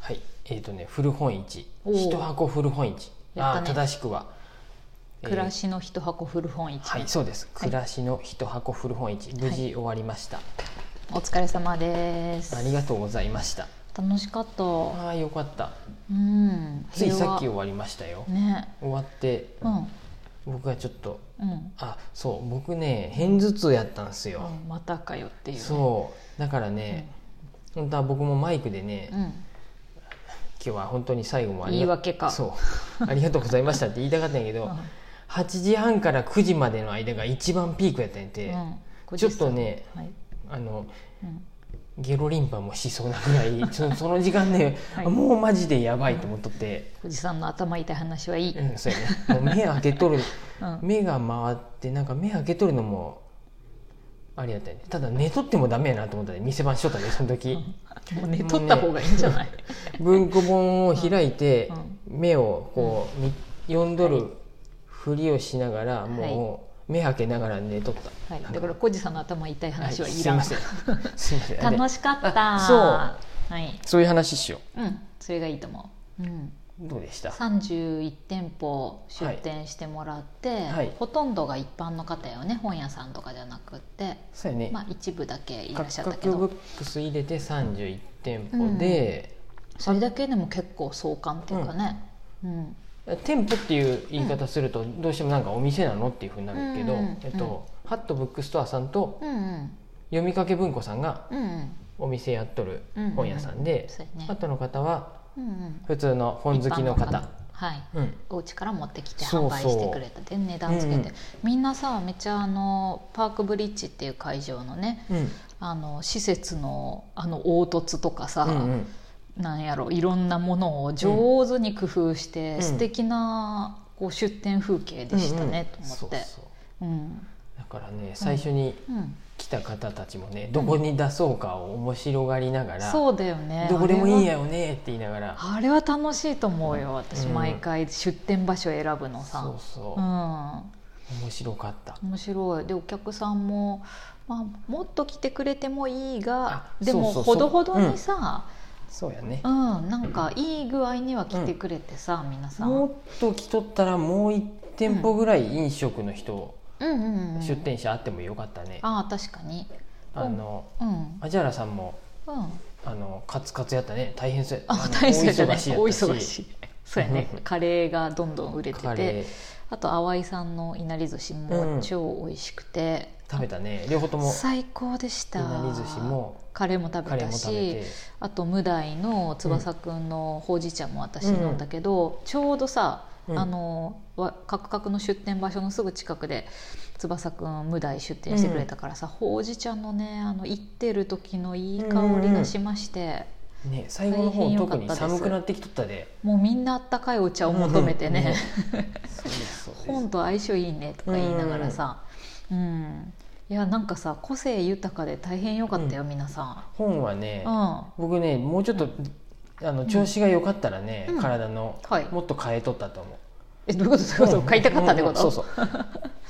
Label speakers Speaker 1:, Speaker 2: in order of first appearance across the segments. Speaker 1: はいえっ、とね古本市
Speaker 2: おー
Speaker 1: 一箱古本市
Speaker 2: やっ
Speaker 1: あ
Speaker 2: たね
Speaker 1: ー正しくは、えー
Speaker 2: 暮らしの一箱古本市、
Speaker 1: はいそうです
Speaker 2: はい
Speaker 1: 暮らしの一箱古本市無事終わりました、
Speaker 2: お疲れ様です
Speaker 1: ありがとうございました
Speaker 2: 楽しかったう
Speaker 1: ああよかった
Speaker 2: ん
Speaker 1: ついさっき終
Speaker 2: 平
Speaker 1: わりましたよ
Speaker 2: 和ね
Speaker 1: 終わって
Speaker 2: うん
Speaker 1: 僕はちょっと
Speaker 2: うん
Speaker 1: あそう僕ね片頭痛やったんですよ、
Speaker 2: またかよっていうね
Speaker 1: そうだからね、本当は僕もマイクでね、
Speaker 2: うん
Speaker 1: 今日は本当に最後もありが
Speaker 2: 言い訳か
Speaker 1: そうありがとうございましたって言いたかったんやけど、
Speaker 2: うん
Speaker 1: 8時半から9時までの間が一番ピークやったんやて、
Speaker 2: うん
Speaker 1: ちょっとね
Speaker 2: はい
Speaker 1: あの
Speaker 2: うん
Speaker 1: ゲロリンパもしそうなぐらいその その時間ね、
Speaker 2: はい
Speaker 1: あもうマジでやばいと思っとって、
Speaker 2: おじさんの頭痛い話はいい、
Speaker 1: うんそうやねもう目開けとる
Speaker 2: うん
Speaker 1: 目が回ってなんか目開けとるのもあれやったよねただ寝とってもダメやなと思ったで店番しとったでその時。
Speaker 2: もうね取った方がいいんじ ゃない、
Speaker 1: 文庫本を開いて目をこうみ読んどるふりをしながら
Speaker 2: い
Speaker 1: もう目開けながら寝とった、
Speaker 2: はい、だから小路さんの頭痛い
Speaker 1: はい
Speaker 2: 話
Speaker 1: す
Speaker 2: はい
Speaker 1: い
Speaker 2: らん、
Speaker 1: ませんすいませんあれ
Speaker 2: 楽しかった
Speaker 1: あ
Speaker 2: うはい
Speaker 1: そういう話しよ
Speaker 2: うんそれがいいと思ううん
Speaker 1: うどうでした
Speaker 2: 31店舗出店してもらって、
Speaker 1: はい
Speaker 2: ほとんどが一般の方よね本屋さんとかじゃなくって、
Speaker 1: そうやね、
Speaker 2: まあ、一部だけいら
Speaker 1: カ
Speaker 2: っしゃ
Speaker 1: ク
Speaker 2: った
Speaker 1: カ
Speaker 2: け
Speaker 1: クブ
Speaker 2: ど
Speaker 1: ックス入れて31店舗で、
Speaker 2: それだけでも結構相関っていうかね、うん
Speaker 1: 店舗っていう言い方するとどうしてもなんかお店なのっていうふうになるけど、
Speaker 2: うんうん
Speaker 1: えっとハットブックストアさんと
Speaker 2: うん、うん
Speaker 1: 読みかけ文庫さんが
Speaker 2: うんうん
Speaker 1: お店やっとる本屋さんで、
Speaker 2: そうやね
Speaker 1: ハットの方は
Speaker 2: うんうん
Speaker 1: 普通の本好きの
Speaker 2: 一般
Speaker 1: 方
Speaker 2: はい
Speaker 1: うん
Speaker 2: お家から持ってきて
Speaker 1: そ
Speaker 2: 販
Speaker 1: うそう
Speaker 2: 売してくれたで値段つけて、
Speaker 1: うんうん
Speaker 2: みんなさめっちゃあのパークブリッジっていう会場のね
Speaker 1: うん
Speaker 2: あの施設のあの凹凸とかさ、
Speaker 1: うんうん
Speaker 2: なんやろいろんなものを上手に工夫して、
Speaker 1: うん
Speaker 2: 素敵なこう出店風景でしたね、
Speaker 1: うんうん
Speaker 2: と
Speaker 1: そ
Speaker 2: 思
Speaker 1: う
Speaker 2: って
Speaker 1: そう
Speaker 2: うん
Speaker 1: だからね最初に
Speaker 2: うん
Speaker 1: 来た方たちもねどこに出そうかを面白がりながら、
Speaker 2: そうだよね
Speaker 1: どこでもいいんや
Speaker 2: あれは
Speaker 1: よねって言いながら
Speaker 2: あれは楽しいと思うよ私
Speaker 1: うん
Speaker 2: 毎回出店場所選ぶのさ、
Speaker 1: そうそうう、
Speaker 2: ん
Speaker 1: 面白かった
Speaker 2: 面白いでお客さんも、まあ、もっと来てくれてもいいが
Speaker 1: あ
Speaker 2: でも
Speaker 1: そうそうそう
Speaker 2: ほどほどにさ、
Speaker 1: そうやね
Speaker 2: うんなんかいい具合には来てくれてさ、皆さん、
Speaker 1: もっと来とったらもう1店舗ぐらい飲食の人、
Speaker 2: うんうんうん
Speaker 1: 出店者あってもよかったね、
Speaker 2: ああ確かに
Speaker 1: あの
Speaker 2: うん
Speaker 1: アジャラさんも
Speaker 2: うん
Speaker 1: あのカツカツやったね大変そうやった
Speaker 2: あ大変じゃない
Speaker 1: 大
Speaker 2: 大
Speaker 1: 忙
Speaker 2: 忙
Speaker 1: し
Speaker 2: しいそうやねカレーがどんどん売れ
Speaker 1: や
Speaker 2: て
Speaker 1: ったしカレー
Speaker 2: てあと淡井さんのいなり寿司
Speaker 1: う
Speaker 2: も
Speaker 1: ん
Speaker 2: 超美味しくて、
Speaker 1: 食べたね両方とも
Speaker 2: 最高でした
Speaker 1: いなり寿司も
Speaker 2: カレーも食
Speaker 1: カレー
Speaker 2: べた
Speaker 1: も
Speaker 2: し
Speaker 1: 食べて
Speaker 2: あと無題の翼くんのほうじ茶も私飲んだけど、ちょうどさ、
Speaker 1: うん
Speaker 2: あのわカクカクの出店場所のすぐ近くで翼くん無題出店してくれたからさ、ほうじ茶のねあの行ってる時のいい香りがしまして、
Speaker 1: ね、最後の方
Speaker 2: 大変良か
Speaker 1: 特
Speaker 2: ったで
Speaker 1: に
Speaker 2: す
Speaker 1: 寒くなってきとったで
Speaker 2: もうみんなあったかいお茶を求めてね、
Speaker 1: そうですそうです
Speaker 2: 本と相性いいねとか言いながらさ、うんいやなんかさ個性豊かで大変良かったよ、皆さ
Speaker 1: 本はね
Speaker 2: ん、うん、、は
Speaker 1: 僕ねもうちょっとあの調子が良かったらね、
Speaker 2: うん
Speaker 1: 体の、
Speaker 2: い
Speaker 1: もっと変えとったと思う
Speaker 2: えどういうことどう いうこと、買いたかったってこ
Speaker 1: う
Speaker 2: と
Speaker 1: んそうそう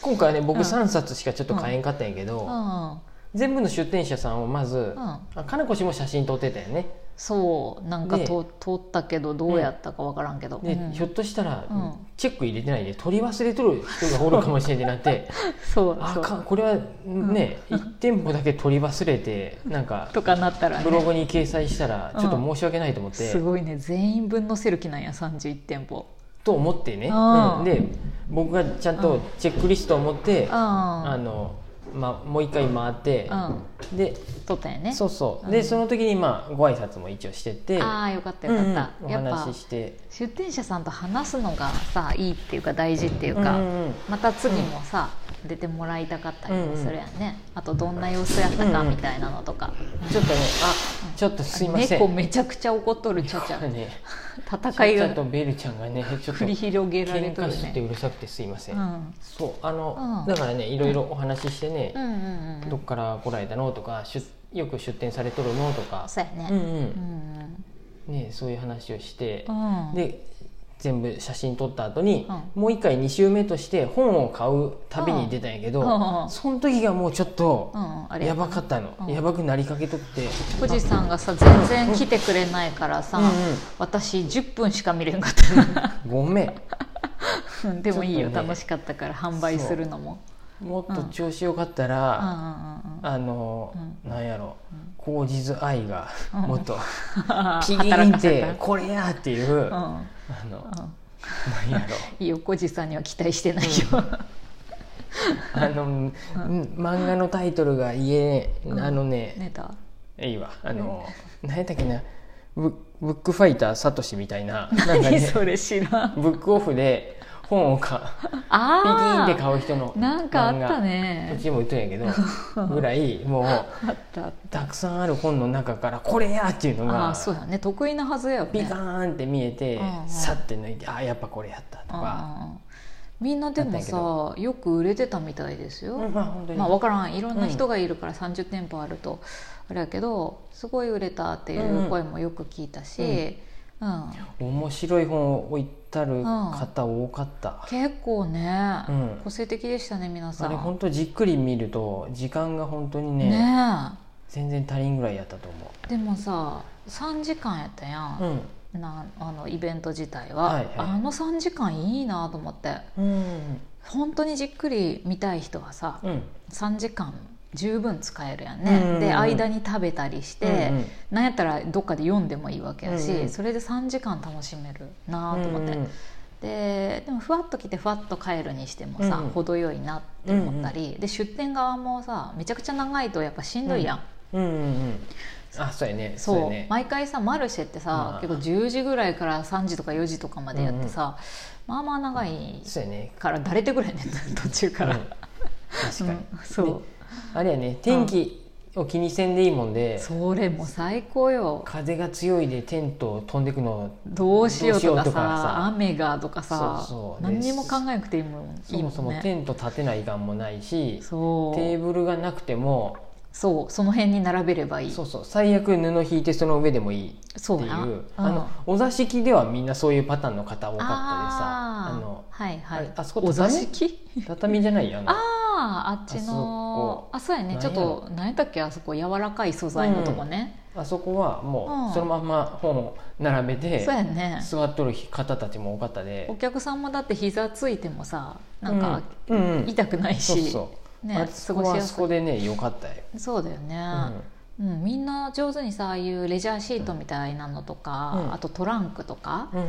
Speaker 1: 今回はね
Speaker 2: う
Speaker 1: 僕
Speaker 2: ん
Speaker 1: 3冊しかちょっと買えんかったんやけど、
Speaker 2: うんうん
Speaker 1: 全部の出店者さんをまず、
Speaker 2: うん
Speaker 1: あかなこ氏も写真撮ってたよね
Speaker 2: そうなんか
Speaker 1: で
Speaker 2: と通ったけどどうやったかわからんけど、
Speaker 1: で、
Speaker 2: うん
Speaker 1: ひょっとしたら、
Speaker 2: うん
Speaker 1: チェック入れてないで取り忘れとる人がおるかも しれんってなって
Speaker 2: そう
Speaker 1: あ
Speaker 2: そう
Speaker 1: かんこれはね、一1店舗だけ取り忘れてなん か
Speaker 2: とかなったら、
Speaker 1: ブロ
Speaker 2: ね、
Speaker 1: グに掲載したらちょっと申し訳ないと思って、
Speaker 2: すごいね全員分載せる気なんや31店舗
Speaker 1: と思ってね、
Speaker 2: うん
Speaker 1: うんで僕がちゃんとチェックリストを持って、あ
Speaker 2: あ
Speaker 1: のまあ、もう一回回って、
Speaker 2: あ
Speaker 1: で
Speaker 2: 撮ったんやね
Speaker 1: そうそう、
Speaker 2: うん
Speaker 1: でその時にまあご挨拶も一応してて
Speaker 2: ああよかったよかった、
Speaker 1: うんうん
Speaker 2: やっ
Speaker 1: お
Speaker 2: ぱ
Speaker 1: 話しして
Speaker 2: 出店者さんと話すのがさいいっていうか大事っていう
Speaker 1: うんう
Speaker 2: か、
Speaker 1: ん
Speaker 2: また次もさ、出てもらいたかったりもするやんね、あとどんな様子やったかみたいなのとか、
Speaker 1: ちょっとねあちょっとすいません
Speaker 2: 猫めちゃくちゃ怒っとるちゃちゃ
Speaker 1: ね
Speaker 2: 戦い
Speaker 1: ちゃん
Speaker 2: が
Speaker 1: とベルちゃんがねちょっと
Speaker 2: 繰り
Speaker 1: 喧
Speaker 2: 広げられと
Speaker 1: 嘩
Speaker 2: る
Speaker 1: し
Speaker 2: ね
Speaker 1: てうるさくてすいません、
Speaker 2: うん
Speaker 1: そうあの、
Speaker 2: うん
Speaker 1: だからねいろいろお話ししてね、
Speaker 2: うんうんうん
Speaker 1: どっから来られたのとか出よく出店されとるのとか、
Speaker 2: そうや
Speaker 1: うんう
Speaker 2: ねうん
Speaker 1: ん
Speaker 2: うん
Speaker 1: ね、そういう話をして、
Speaker 2: うん
Speaker 1: で全部写真撮った後に、
Speaker 2: う
Speaker 1: もう一回2週目として本を買う旅に出たんやけど、
Speaker 2: うんうん
Speaker 1: その時がもうちょっと
Speaker 2: うん、あれ
Speaker 1: やばかったの、
Speaker 2: うん
Speaker 1: やばくなりかけとって
Speaker 2: 富士山がさ全然来てくれないからさ、
Speaker 1: うんうん
Speaker 2: 私10分しか見れんかった
Speaker 1: ごめん
Speaker 2: うん でもいい
Speaker 1: ちょ
Speaker 2: よ、
Speaker 1: っとね
Speaker 2: 楽しかったから販売するのも
Speaker 1: もっと調子よかったら、
Speaker 2: うん
Speaker 1: あの、
Speaker 2: う
Speaker 1: なんやろ
Speaker 2: うん
Speaker 1: 口実愛が
Speaker 2: うん
Speaker 1: もっとピ
Speaker 2: うんうんうん
Speaker 1: リンっ
Speaker 2: う
Speaker 1: て
Speaker 2: ん
Speaker 1: これやっていう、
Speaker 2: う
Speaker 1: あ
Speaker 2: ん
Speaker 1: の
Speaker 2: うん
Speaker 1: なんやろ
Speaker 2: いいよ小路さんには期待してないよ、
Speaker 1: あの、うん漫画のタイトルが言え、
Speaker 2: うん
Speaker 1: あのね
Speaker 2: ネタ
Speaker 1: いいわあの、何やったっけなブブックファイターサトシみたいななんか
Speaker 2: 何
Speaker 1: ね
Speaker 2: それ知らん
Speaker 1: ブックオフで本をかピリン
Speaker 2: あ
Speaker 1: って
Speaker 2: あ
Speaker 1: 買う人の
Speaker 2: なんかあった
Speaker 1: 漫画う
Speaker 2: ね
Speaker 1: ちも言っとんやけ どぐらいもう
Speaker 2: あったあった
Speaker 1: たくさんある本の中からこれやっていうの
Speaker 2: あ
Speaker 1: が
Speaker 2: ーそうやね得意なはずやよ
Speaker 1: ピ
Speaker 2: ね
Speaker 1: カーンって見えて
Speaker 2: うんうん
Speaker 1: さって抜いてあーやっぱこれやったと
Speaker 2: うん
Speaker 1: か
Speaker 2: うんうんみんなでもさよく売れてたみたいですよ、
Speaker 1: うんまあ本当に
Speaker 2: まあ分からんいろんな人がいるから30店舗あるとあれやけどすごい売れたっていう声もよく聞いたし、うん
Speaker 1: 面白い本を置いたる方多かった
Speaker 2: 結構ね、
Speaker 1: うん
Speaker 2: 個性的でしたね皆さ
Speaker 1: あ
Speaker 2: ん
Speaker 1: れ本当じっくり見ると時間が本当に
Speaker 2: ね
Speaker 1: ね
Speaker 2: え
Speaker 1: 全然足りんぐらいやったと思
Speaker 2: でもさ3時間やったや
Speaker 1: う、
Speaker 2: ん、なあのイベント自体は、
Speaker 1: はいはい
Speaker 2: あの3時間いいなと思って
Speaker 1: うん
Speaker 2: 本当にじっくり見たい人はさ、
Speaker 1: うん
Speaker 2: 3時間十分使えるやん
Speaker 1: うんうん
Speaker 2: ね、
Speaker 1: うん
Speaker 2: で間に食べたりして、
Speaker 1: うんうん
Speaker 2: なんやったらどっかで読んでもいいわけやし、
Speaker 1: うんうん
Speaker 2: それで3時間楽しめるなと思って、
Speaker 1: うんうん
Speaker 2: ででもふわっと来てふわっと帰るにしてもさ、
Speaker 1: うんうん
Speaker 2: 程よいなって思ったり、で出店側もさめちゃくちゃ長いとやっぱしんどいやん、
Speaker 1: うんうんうんあそうやね
Speaker 2: そ
Speaker 1: そ
Speaker 2: う
Speaker 1: うやね
Speaker 2: 毎回さマルシェってさ、
Speaker 1: まあ
Speaker 2: 結構10時ぐらいから3時とか4時とかまでやってさ、まあまあ長い
Speaker 1: そうやね
Speaker 2: からだれてくれんねん 途中から、
Speaker 1: うん確かに
Speaker 2: うんそう
Speaker 1: あれやね天気を気にせんでいいもんで
Speaker 2: それも最高よ
Speaker 1: 風が強いでテント飛んでくの
Speaker 2: どうしようと
Speaker 1: どうしよう
Speaker 2: か
Speaker 1: と
Speaker 2: さ
Speaker 1: かさ
Speaker 2: 雨がとかさ
Speaker 1: そうそう
Speaker 2: 何にも考えなくていいもんい
Speaker 1: そ
Speaker 2: いもん
Speaker 1: もそも
Speaker 2: ね
Speaker 1: テント立てないがんもないし
Speaker 2: そう
Speaker 1: テーブルがなくても
Speaker 2: そうその辺に並べればいい
Speaker 1: そうそう最悪布引いてその上でもいいって
Speaker 2: そう
Speaker 1: い
Speaker 2: やな
Speaker 1: う
Speaker 2: うん
Speaker 1: あのお座敷ではみんなそういうパターンの方多かったでさ
Speaker 2: あー
Speaker 1: あの
Speaker 2: はいは
Speaker 1: あ
Speaker 2: い
Speaker 1: れあそこ
Speaker 2: お
Speaker 1: 畳
Speaker 2: 座敷
Speaker 1: 畳じゃないよあの
Speaker 2: あああっちのあそうやね
Speaker 1: なん
Speaker 2: ち
Speaker 1: や
Speaker 2: ょっと何やったっけあそこ柔らかい素材のとこね、
Speaker 1: あそこはも
Speaker 2: うん
Speaker 1: うそのまんま本を並べて
Speaker 2: そうやね
Speaker 1: 座っとる方たちも多かったで
Speaker 2: お客さんもだって膝ついてもさなんか
Speaker 1: うんうんうん
Speaker 2: 痛くない
Speaker 1: そう
Speaker 2: し、
Speaker 1: そう、
Speaker 2: ね
Speaker 1: あそこ
Speaker 2: 過ごし
Speaker 1: は
Speaker 2: やすい
Speaker 1: そこでね良かったよ、
Speaker 2: そうだよね、うんみんな上手にさああいうレジャーシートみたいなのとか、
Speaker 1: うん
Speaker 2: あとトランクとか
Speaker 1: うんうん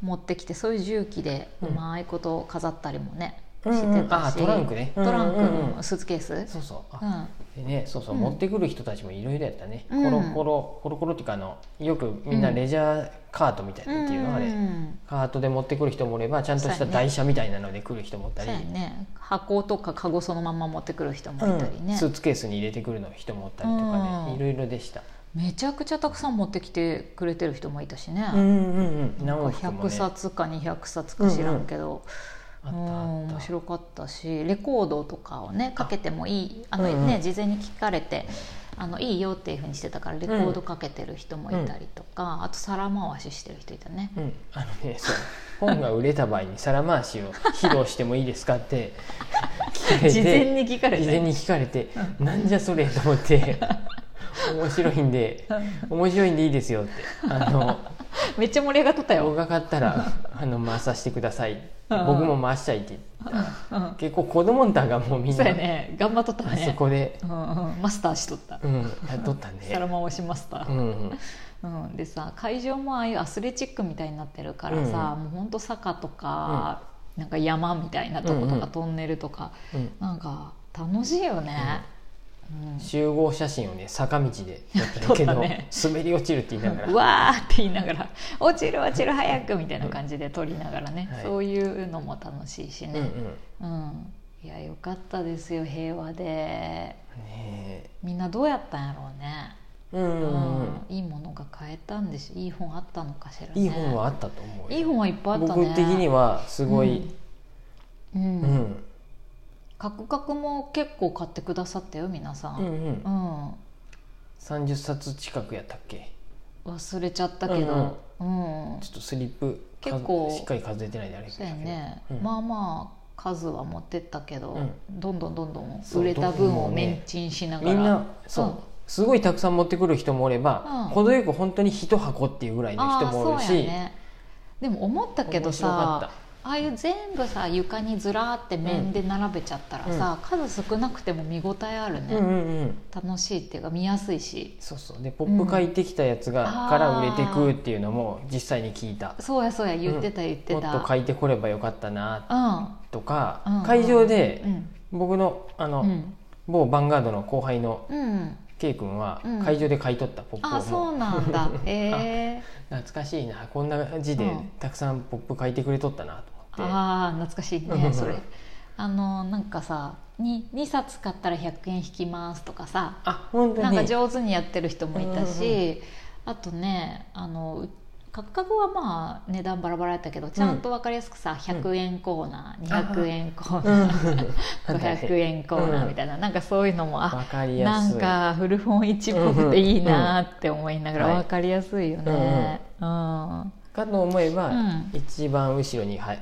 Speaker 2: 持ってきてそういう重機で
Speaker 1: う
Speaker 2: うんまいこと飾ったりもね、
Speaker 1: うんうん
Speaker 2: してた
Speaker 1: あ
Speaker 2: し
Speaker 1: トランクね
Speaker 2: トランク
Speaker 1: うんうんう
Speaker 2: の
Speaker 1: ん
Speaker 2: スーツケース、うん
Speaker 1: そうそうあ、でねそうそう、
Speaker 2: うん
Speaker 1: 持ってくる人たちもいろいろやったね、
Speaker 2: うん
Speaker 1: コロコロコロコロっていうかあのよくみんなレジャーカートみたいなっていうの、あれ、
Speaker 2: うん
Speaker 1: カートで持ってくる人もおればちゃんとし
Speaker 2: そ
Speaker 1: た
Speaker 2: うやね
Speaker 1: 台車みたいなので来る人もおった
Speaker 2: そう
Speaker 1: り
Speaker 2: やね箱とかカゴそのまま持ってくる人もいたり
Speaker 1: うん
Speaker 2: ね
Speaker 1: ス、ーツケースに入れてくるの人もおったりとか
Speaker 2: う
Speaker 1: ね
Speaker 2: ん
Speaker 1: いろいろでした、
Speaker 2: めちゃくちゃたくさん持ってきてくれてる人もいたしね、
Speaker 1: んうんうん
Speaker 2: なん
Speaker 1: 何
Speaker 2: か
Speaker 1: 億も
Speaker 2: 100
Speaker 1: ねあっ
Speaker 2: 冊か200冊か知らんけど、
Speaker 1: たあ
Speaker 2: うん面
Speaker 1: った
Speaker 2: 白かったしレコードとかをねかけてもいいあの、
Speaker 1: うんうん
Speaker 2: ね事前に聞かれてあのいいよっていうふうにしてたからレコードかけてる人もいたりとか、あと皿回ししてる人いたね
Speaker 1: うん、あのねそう本が売れた場合に皿回しを披露してもいいですかって 聞かれて
Speaker 2: 事前に聞かれて
Speaker 1: 事前に聞かれて、なんじゃそれと思って面白いんで面白いんでいいですよってあの
Speaker 2: めっちゃ盛り上がっとった
Speaker 1: 顔
Speaker 2: よ、
Speaker 1: がかったらあの回させてください
Speaker 2: うん
Speaker 1: 僕も回したいって言ったら
Speaker 2: うん、
Speaker 1: 結構子供たがもうみん
Speaker 2: そ
Speaker 1: な
Speaker 2: うやね頑張っとった
Speaker 1: あ
Speaker 2: ね
Speaker 1: そこで、
Speaker 2: うんうん、マスターしとった、
Speaker 1: うん、やっとったね
Speaker 2: 皿。回しマスター
Speaker 1: う、んうん
Speaker 2: うん、でさ会場もああいうアスレチックみたいになってるからさ、
Speaker 1: う
Speaker 2: もうほんと坂とか、なんか山みたいなとことか、
Speaker 1: うんうん
Speaker 2: トンネルとか
Speaker 1: うん
Speaker 2: なんか楽しいよね、うん
Speaker 1: 集合写真をね坂道でやったんやけ
Speaker 2: 撮
Speaker 1: ど、
Speaker 2: ったね
Speaker 1: 滑り落ちるって言いながら
Speaker 2: うわーって言いながら「落ちる落ちる早く」みたいな感じで撮りながらね、
Speaker 1: はい
Speaker 2: そういうのも楽しいし
Speaker 1: うんうん
Speaker 2: ね、うんいやよかったですよ平和で
Speaker 1: ねえ
Speaker 2: みんなどうやったんやろうね、
Speaker 1: うんうんうん
Speaker 2: うんいいものが買えたんでしょいい本あったのかしらね
Speaker 1: いい本はあったと思うよ
Speaker 2: いい本はいっぱいあったね
Speaker 1: 僕的にはすごい、
Speaker 2: う
Speaker 1: うんんうん、
Speaker 2: カクカクも結構買ってくださったよ皆さ
Speaker 1: うん
Speaker 2: ん、うん
Speaker 1: 30冊近くやったっけ
Speaker 2: 忘れちゃったけど、うん
Speaker 1: ちょっとスリップ
Speaker 2: 結構
Speaker 1: 数しっかり数えてないであれだけ
Speaker 2: そう
Speaker 1: ど
Speaker 2: やね、
Speaker 1: うん
Speaker 2: まあまあ数は持ってったけど、
Speaker 1: うん
Speaker 2: どんどんどんどん
Speaker 1: そう
Speaker 2: 売れた分
Speaker 1: どん
Speaker 2: を
Speaker 1: どん
Speaker 2: メ
Speaker 1: ね
Speaker 2: ンチンしながら
Speaker 1: みんなそう、
Speaker 2: うん
Speaker 1: すごいたくさん持ってくる人もおれば、
Speaker 2: うん
Speaker 1: 程よく本当に一箱っていうぐらいの
Speaker 2: あ
Speaker 1: 人
Speaker 2: あ
Speaker 1: もおる
Speaker 2: そうや
Speaker 1: し、
Speaker 2: ね、でも思ったけど
Speaker 1: 面白
Speaker 2: さ
Speaker 1: か
Speaker 2: ああいう全部さ床にずらーって面で並べちゃったらさ、数少なくても見応えある
Speaker 1: っ
Speaker 2: ね、
Speaker 1: た、うんうんうん
Speaker 2: 楽しいっていうか見やすいし
Speaker 1: そうそうでポップ書いてきたやつが、
Speaker 2: うん
Speaker 1: から売れてくっていうのも実際に聞いた
Speaker 2: そうやそうや言ってた言って、
Speaker 1: もったと書いてこればよかったなとか、
Speaker 2: うん
Speaker 1: 会場で
Speaker 2: うん
Speaker 1: 僕のあの、
Speaker 2: うんうん
Speaker 1: 某ヴァンガードの後輩の
Speaker 2: うん、
Speaker 1: ケイ君は
Speaker 2: うん
Speaker 1: 会場で買い取ったポップをも
Speaker 2: あそうな んだえー、
Speaker 1: 懐かしいなこんな感じで
Speaker 2: うん
Speaker 1: たくさんポップ書いてくれとったなと思って、
Speaker 2: ああ懐かしい
Speaker 1: うんうんう
Speaker 2: ね
Speaker 1: ん
Speaker 2: それあのなんかさに2冊買ったら100円引きますとかさ
Speaker 1: あ本当
Speaker 2: なん
Speaker 1: に
Speaker 2: か上手にやってる人もいた
Speaker 1: う
Speaker 2: し、
Speaker 1: んう
Speaker 2: あとねあの価格はまあ値段バラバラやったけどちゃんと分かりやすくさ、100円コーナー200円コー
Speaker 1: うん
Speaker 2: ナー500円コーナーみ
Speaker 1: い
Speaker 2: たいな、なんかそういうのもあ
Speaker 1: わかりや
Speaker 2: な
Speaker 1: すい
Speaker 2: んか古本市っぽくていいなーって思いながら
Speaker 1: うんうん
Speaker 2: 分かりやすいよね。うん
Speaker 1: かと思えば、
Speaker 2: うん
Speaker 1: 一番後ろには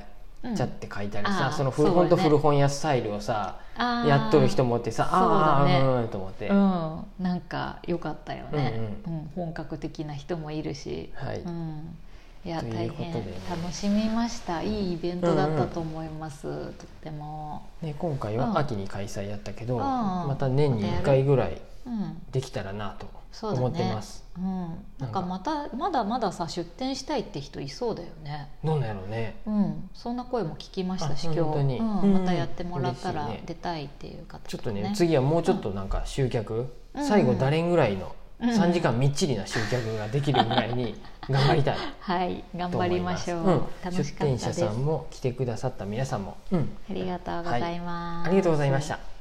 Speaker 2: うん
Speaker 1: ちゃって書いたりさ、
Speaker 2: あー
Speaker 1: その古本と
Speaker 2: そうだね
Speaker 1: 古本屋スタイルをさ、
Speaker 2: あー
Speaker 1: やっとる人もおってさあ
Speaker 2: そうだね
Speaker 1: あーうんと思って、
Speaker 2: うん、なんか良かったよね、う
Speaker 1: うん
Speaker 2: 本格的な人もいるし、
Speaker 1: はい、
Speaker 2: うん、いや
Speaker 1: とい
Speaker 2: 大
Speaker 1: うことで
Speaker 2: 変
Speaker 1: ね
Speaker 2: 楽しみましたいいイベントだったと思います、とっても、
Speaker 1: ね、今回
Speaker 2: うん
Speaker 1: は秋に開催やったけど、
Speaker 2: うん
Speaker 1: また年に1回ぐらい
Speaker 2: うん、
Speaker 1: できたらなと
Speaker 2: そうだね
Speaker 1: 思ってます、
Speaker 2: うん、なんかまたまだまださ出店したいって人いそうだよね
Speaker 1: どうなんやろうね
Speaker 2: うん、そんな声も聞きましたし
Speaker 1: あ
Speaker 2: 今日、
Speaker 1: 本当に
Speaker 2: うん
Speaker 1: うん
Speaker 2: またやってもらったら
Speaker 1: 嬉しいね
Speaker 2: 出たいっていう方、
Speaker 1: ちょっとね次はもうちょっとなんか集客、
Speaker 2: うん
Speaker 1: 最後誰んぐらいの
Speaker 2: うん
Speaker 1: 3時間みっちりな集客ができるぐらいに頑張りたい
Speaker 2: はい頑
Speaker 1: と思
Speaker 2: 張り
Speaker 1: い
Speaker 2: ま
Speaker 1: ま
Speaker 2: し
Speaker 1: す。
Speaker 2: ょう、
Speaker 1: うん
Speaker 2: 楽
Speaker 1: 出
Speaker 2: し
Speaker 1: 店
Speaker 2: かったで
Speaker 1: 者
Speaker 2: す
Speaker 1: さんも来てくださった皆さんも、うん
Speaker 2: ありがとうございます、
Speaker 1: ありがとうございました。